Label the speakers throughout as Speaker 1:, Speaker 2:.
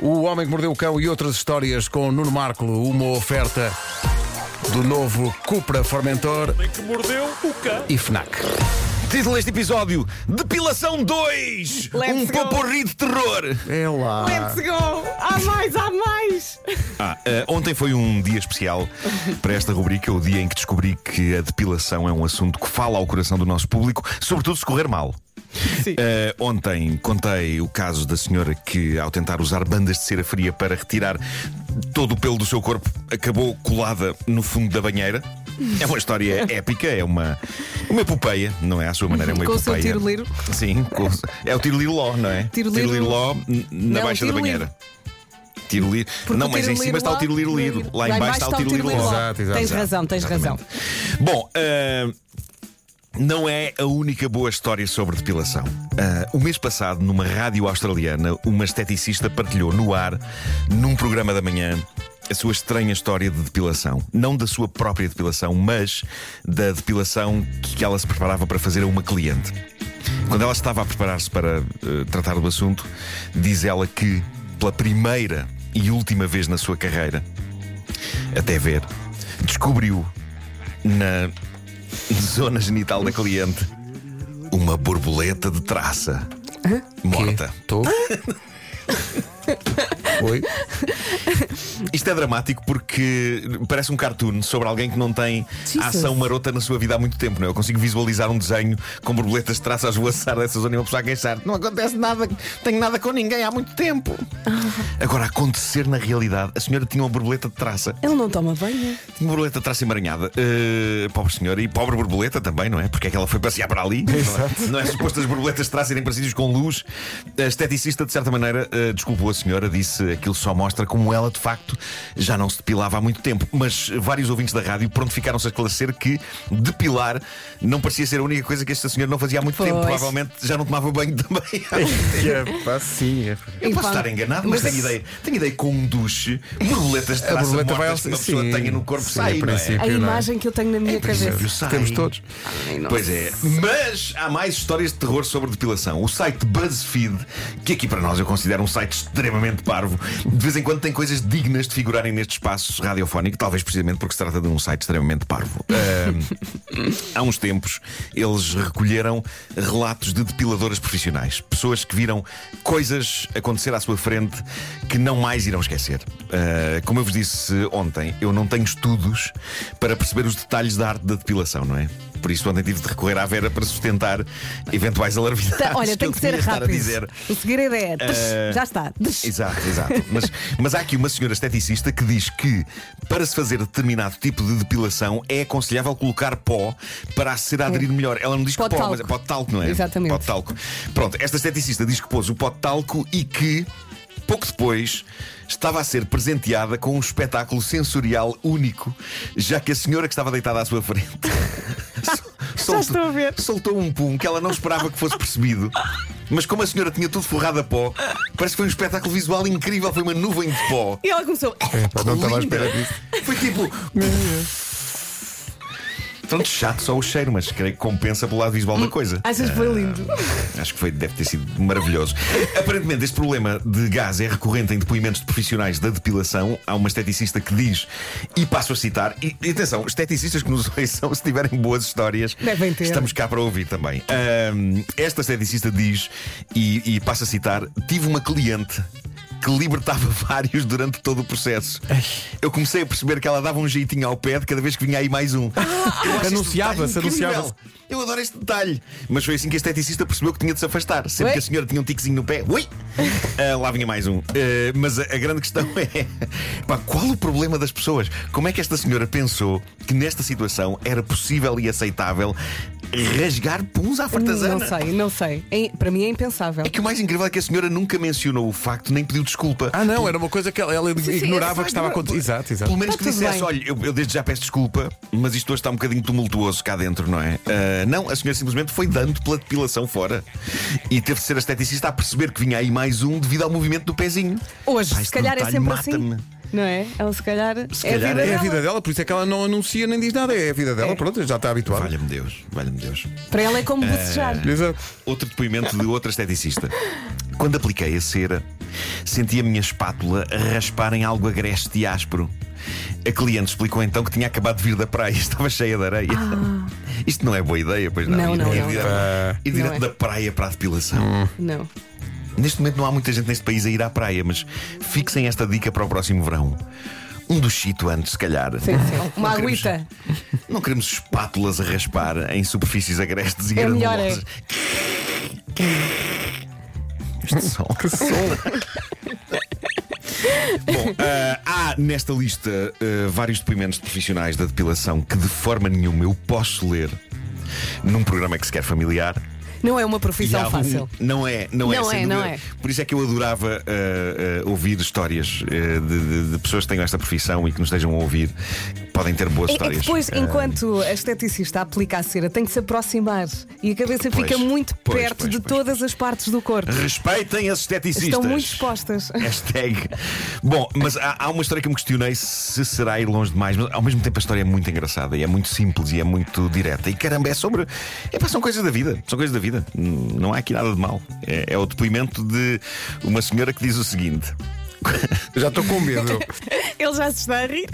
Speaker 1: O Homem que Mordeu o Cão e outras histórias com Nuno Marco, uma oferta do novo Cupra Formentor
Speaker 2: que mordeu o cão.
Speaker 1: e FNAC.
Speaker 3: Título deste episódio: Depilação 2!
Speaker 4: Let's
Speaker 3: um
Speaker 4: go.
Speaker 3: poporri de terror!
Speaker 1: É lá.
Speaker 4: Let's go! Há mais, há mais!
Speaker 3: Ah, ah, ontem foi um dia especial para esta rubrica, o dia em que descobri que a depilação é um assunto que fala ao coração do nosso público, sobretudo se correr mal.
Speaker 4: Sim.
Speaker 3: Ah, ontem contei o caso da senhora que, ao tentar usar bandas de cera fria para retirar todo o pelo do seu corpo, acabou colada no fundo da banheira. É uma história épica, é uma, uma epopeia, não é à sua maneira, é uma
Speaker 4: Com o seu
Speaker 3: epopeia.
Speaker 4: tiroliro.
Speaker 3: Sim, com- é o tirililó, não é?
Speaker 4: Tiroliro.
Speaker 3: Tirililó n- na
Speaker 4: Não,
Speaker 3: baixa da
Speaker 4: tiroliro.
Speaker 3: banheira. Tiroliro.
Speaker 4: Porque
Speaker 3: Não,
Speaker 4: o
Speaker 3: mas em
Speaker 4: tiroliro
Speaker 3: cima está o
Speaker 4: lá-
Speaker 3: tirilirolido. Lá em baixo está o tiriliroló.
Speaker 4: tiroliro.
Speaker 1: Exato, exato,
Speaker 4: Tens
Speaker 1: exato.
Speaker 4: razão, tens razão.
Speaker 3: Bom, ah, não é a única boa história sobre depilação. Ah, o mês passado, numa rádio australiana, uma esteticista partilhou no ar, num programa da manhã, a sua estranha história de depilação. Não da sua própria depilação, mas da depilação que ela se preparava para fazer a uma cliente. Quando ela estava a preparar-se para eh, tratar do assunto, diz ela que, pela primeira e última vez na sua carreira, até ver, descobriu na zona genital da cliente uma borboleta de traça morta.
Speaker 1: Tô. Oi.
Speaker 3: Isto é dramático porque parece um cartoon sobre alguém que não tem
Speaker 4: Jesus.
Speaker 3: ação marota na sua vida há muito tempo. Não é? Eu consigo visualizar um desenho com borboletas de traça a esvoaçar dessa zona e uma pessoa a queixar. Não acontece nada, tenho nada com ninguém há muito tempo. Agora, acontecer na realidade, a senhora tinha uma borboleta de traça.
Speaker 4: Ele não toma banho.
Speaker 3: Tinha uma borboleta de traça emaranhada. Eh, pobre senhora, e pobre borboleta também, não é? Porque é que ela foi passear para ali? Não é, não é suposto as borboletas de traça irem para sítios com luz. A esteticista, de certa maneira, eh, desculpou a senhora, disse aquilo só mostra como ela, de facto, já não se depilava há muito tempo. Mas vários ouvintes da rádio prontificaram-se a esclarecer que depilar não parecia ser a única coisa que esta senhora não fazia há muito tempo.
Speaker 4: Pois.
Speaker 3: Provavelmente já não tomava banho também há muito
Speaker 1: É.
Speaker 3: tempo.
Speaker 1: Facinha.
Speaker 3: Eu posso
Speaker 4: Enfim.
Speaker 3: estar enganado, mas,
Speaker 4: Mas
Speaker 3: tenho,
Speaker 4: é-
Speaker 3: ideia, tenho ideia que com um duche, borboletas de
Speaker 1: A
Speaker 3: traça
Speaker 1: borboleta vai
Speaker 3: mortas que
Speaker 1: ao-
Speaker 3: uma pessoa
Speaker 1: sim,
Speaker 3: tenha no corpo
Speaker 1: sim,
Speaker 3: sai,
Speaker 1: em
Speaker 3: não é?
Speaker 1: princípio.
Speaker 4: A
Speaker 1: Não é?
Speaker 4: imagem que eu tenho na minha cabeça.
Speaker 3: princípio, sai.
Speaker 1: Temos todos.
Speaker 4: Ai, não
Speaker 3: Pois
Speaker 4: sei.
Speaker 3: é, mas há mais histórias de terror sobre depilação. O site BuzzFeed, que aqui para nós eu considero um site extremamente parvo, de vez em quando tem coisas dignas de figurarem neste espaço radiofónico, talvez precisamente porque se trata de um site extremamente parvo. Ahm, há uns tempos eles recolheram relatos de depiladoras profissionais, pessoas que viram coisas acontecer à sua frente que não mais irão esquecer. Ah, como eu vos disse ontem, eu não tenho estudos para perceber os detalhes da arte da depilação, não é? Por isso ontem tive de recorrer à Vera para sustentar eventuais alarvidades.
Speaker 4: Tá, olha, tem
Speaker 3: eu
Speaker 4: que ser
Speaker 3: podia estar a
Speaker 4: rápido.
Speaker 3: dizer. eh,
Speaker 4: O segredo é. tch, Já está. tch.
Speaker 3: Exato, exato. Mas, mas há aqui uma senhora esteticista que diz que para se fazer determinado tipo de depilação é aconselhável colocar pó para a cera aderir melhor. Ela não diz
Speaker 4: É. Pó
Speaker 3: que
Speaker 4: de
Speaker 3: pó,
Speaker 4: talco.
Speaker 3: mas é pó de talco, não é?
Speaker 4: Exatamente.
Speaker 3: Pó de talco. Pronto, esta esteticista diz que pôs o pó de talco e que, pouco depois, estava a ser presenteada com um espetáculo sensorial único, já que a senhora que estava deitada à sua frente. sol-
Speaker 4: Já estou a ver.
Speaker 3: Soltou um pum que ela não esperava que fosse percebido. Mas como a senhora tinha tudo forrado a pó, parece que foi um espetáculo visual incrível, foi uma nuvem de pó.
Speaker 4: E ela começou. "Ah,
Speaker 1: É, Não estava à
Speaker 3: Linda.
Speaker 1: espera disso.
Speaker 3: Foi tipo. Pronto, chato só o cheiro, mas creio que compensa pelo lado visual
Speaker 4: Hum.
Speaker 3: da coisa.
Speaker 4: Achas que foi lindo?
Speaker 3: Ah, Acho que foi, deve ter sido maravilhoso. Aparentemente, este problema de gás é recorrente em depoimentos de profissionais da depilação. Há uma esteticista que diz, e passo a citar, e e atenção, esteticistas que nos ouçam, se tiverem boas histórias,
Speaker 4: Devem ter.
Speaker 3: estamos cá para ouvir também. Ahm, esta esteticista diz, e, e passo a citar, tive uma cliente. Que libertava vários durante todo o processo. Eu comecei a perceber que ela dava um jeitinho ao pé de cada vez que vinha aí mais um. Eu acho este
Speaker 1: Anunciava-se,
Speaker 3: detalhe incrível.
Speaker 1: anunciava-se.
Speaker 3: Eu adoro este detalhe. Mas foi assim que a esteticista percebeu que tinha de se afastar. Sempre
Speaker 4: Ui.
Speaker 3: que a senhora tinha um tiquezinho no pé, ui! Ah, lá vinha mais um. Ah, mas a, a grande questão é: pá, qual o problema das pessoas? Como é que esta senhora pensou que nesta situação era possível e aceitável rasgar puns à fartazana?
Speaker 4: Não sei, não sei. É- para mim é impensável.
Speaker 3: É que o mais incrível é que a senhora nunca mencionou o facto nem pediu desculpa.
Speaker 1: Ah, não, era uma coisa que ela, ela ignorava
Speaker 3: Sim,
Speaker 1: que estava a acontecer. Exato,
Speaker 3: Pelo
Speaker 1: exato.
Speaker 3: menos
Speaker 4: Tá
Speaker 3: que
Speaker 4: tudo
Speaker 3: dissesse,
Speaker 4: bem.
Speaker 3: olha, eu, eu desde já peço desculpa, mas isto hoje está um bocadinho tumultuoso cá dentro, não é? Ah, não, a senhora simplesmente foi dando pela depilação fora e teve de ser a esteticista a perceber que vinha aí mais um devido ao movimento do pezinho.
Speaker 4: Hoje,
Speaker 3: Pá,
Speaker 4: se
Speaker 3: este
Speaker 4: calhar é
Speaker 3: detalhe
Speaker 4: sempre
Speaker 3: mata-me.
Speaker 4: assim. Não é? Ela se calhar,
Speaker 3: calhar
Speaker 4: é a vida
Speaker 1: É a
Speaker 4: dela.
Speaker 1: vida dela, por isso é que ela não anuncia nem diz nada. É a vida dela, pronto, já está habituada.
Speaker 3: Valha-me Deus, valha-me Deus.
Speaker 4: Para ela
Speaker 3: Eh,
Speaker 4: é como bocejar.
Speaker 1: Exato.
Speaker 3: Outro depoimento de outra esteticista. Quando apliquei a cera, senti a minha espátula a raspar em algo agreste e áspero. A cliente explicou então que tinha acabado de vir da praia e estava cheia de areia. Isto não é boa ideia, pois não.
Speaker 4: Ah. Não,
Speaker 3: Ir-
Speaker 4: não,
Speaker 3: ir
Speaker 4: não.
Speaker 3: direto, ir
Speaker 4: Não
Speaker 3: direto
Speaker 4: é. Hum.
Speaker 3: da praia para a depilação.
Speaker 4: Não.
Speaker 3: Neste momento não há muita gente neste país a ir à praia, mas fixem esta dica para o próximo verão. Um duchito antes, se calhar.
Speaker 4: Sim, sim. Uma
Speaker 3: não queremos-
Speaker 4: agüita.
Speaker 3: Não queremos espátulas a raspar em superfícies agrestes e
Speaker 4: É melhor,
Speaker 3: granulosas. Este som. Que som. Bom, ah, há nesta lista ah, vários depoimentos de profissionais da depilação que de forma nenhuma eu posso ler num programa que se quer familiar.
Speaker 4: Não é
Speaker 3: E
Speaker 4: uma
Speaker 3: há
Speaker 4: profissão
Speaker 3: um-
Speaker 4: fácil.
Speaker 3: Não é, não, é,
Speaker 4: Não
Speaker 3: sem
Speaker 4: é,
Speaker 3: dúvida.
Speaker 4: não é.
Speaker 3: Por isso é que eu adorava eh, eh, ouvir histórias eh, de, de- de pessoas que tenham esta profissão e que nos estejam a ouvir. Podem ter boas
Speaker 4: É, é que
Speaker 3: histórias.
Speaker 4: depois,
Speaker 3: Eh,
Speaker 4: enquanto a esteticista aplica a cera, tem que se aproximar e a cabeça
Speaker 3: Pois,
Speaker 4: fica muito
Speaker 3: pois,
Speaker 4: perto
Speaker 3: pois,
Speaker 4: de
Speaker 3: pois,
Speaker 4: todas as partes do corpo.
Speaker 3: Respeitem as esteticistas.
Speaker 4: Estão muito expostas.
Speaker 3: Hashtag. Bom, mas há, há uma história que eu me questionei se será ir longe demais, mas ao mesmo tempo a história é muito engraçada e é muito simples e é muito direta. E caramba, é sobre. Epá, são coisas da vida. São coisas da vida. Hum, Não há aqui nada de mal. É, é o depoimento de uma senhora que diz o seguinte.
Speaker 1: Já estou com medo.
Speaker 4: Ele já se está a rir.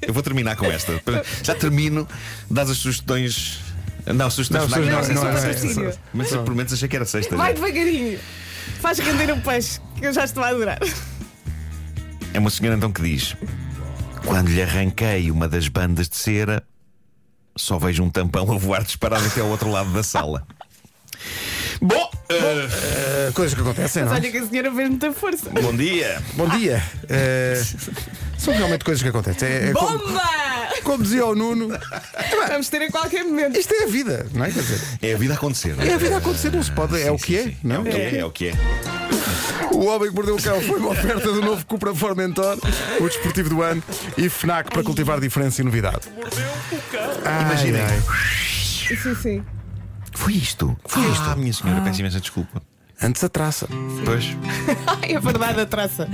Speaker 3: Eu vou terminar com esta. Já termino, dás as sugestões. Não, sugestões
Speaker 1: Não, sugestões
Speaker 3: não,
Speaker 1: não,
Speaker 3: isso
Speaker 1: não,
Speaker 3: é
Speaker 1: não,
Speaker 3: para
Speaker 1: é
Speaker 3: sexta.
Speaker 4: isso.
Speaker 3: Mas eu, pelo menos achei que era sexta.
Speaker 4: Vai
Speaker 3: já.
Speaker 4: devagarinho. Faz render um peixe, que eu já estou a adorar.
Speaker 3: É uma senhora então que diz: Quando lhe arranquei uma das bandas de cera, só vejo um tampão a voar disparado até ao outro lado da sala. Bom, eh,
Speaker 1: Eh, coisas que acontecem, não
Speaker 4: Mas
Speaker 1: é?
Speaker 4: olha que a senhora fez muita força.
Speaker 3: bom dia.
Speaker 1: Bom dia. Eh, são realmente coisas que acontecem. É- é como,
Speaker 4: Bomba!
Speaker 1: como dizia o Nuno,
Speaker 4: Vamos ter a qualquer momento.
Speaker 1: isto é a vida, não é? Quer dizer,
Speaker 3: É a vida a acontecer. não é?
Speaker 1: é a vida a acontecer, não se pode. É o que é, não
Speaker 3: É o que é, é o que é.
Speaker 1: O Homem que Mordeu o Cão foi uma oferta do novo Cupra Formentor, o desportivo do ano e FNAC para cultivar diferença e novidade. Mordeu o Cão.
Speaker 3: Imaginem.
Speaker 4: Sim, sim.
Speaker 3: Foi isto. Foi isto. Ah, minha senhora, peço imensa desculpa.
Speaker 1: Antes a traça.
Speaker 3: Pois.
Speaker 4: Ai, é verdade a traça.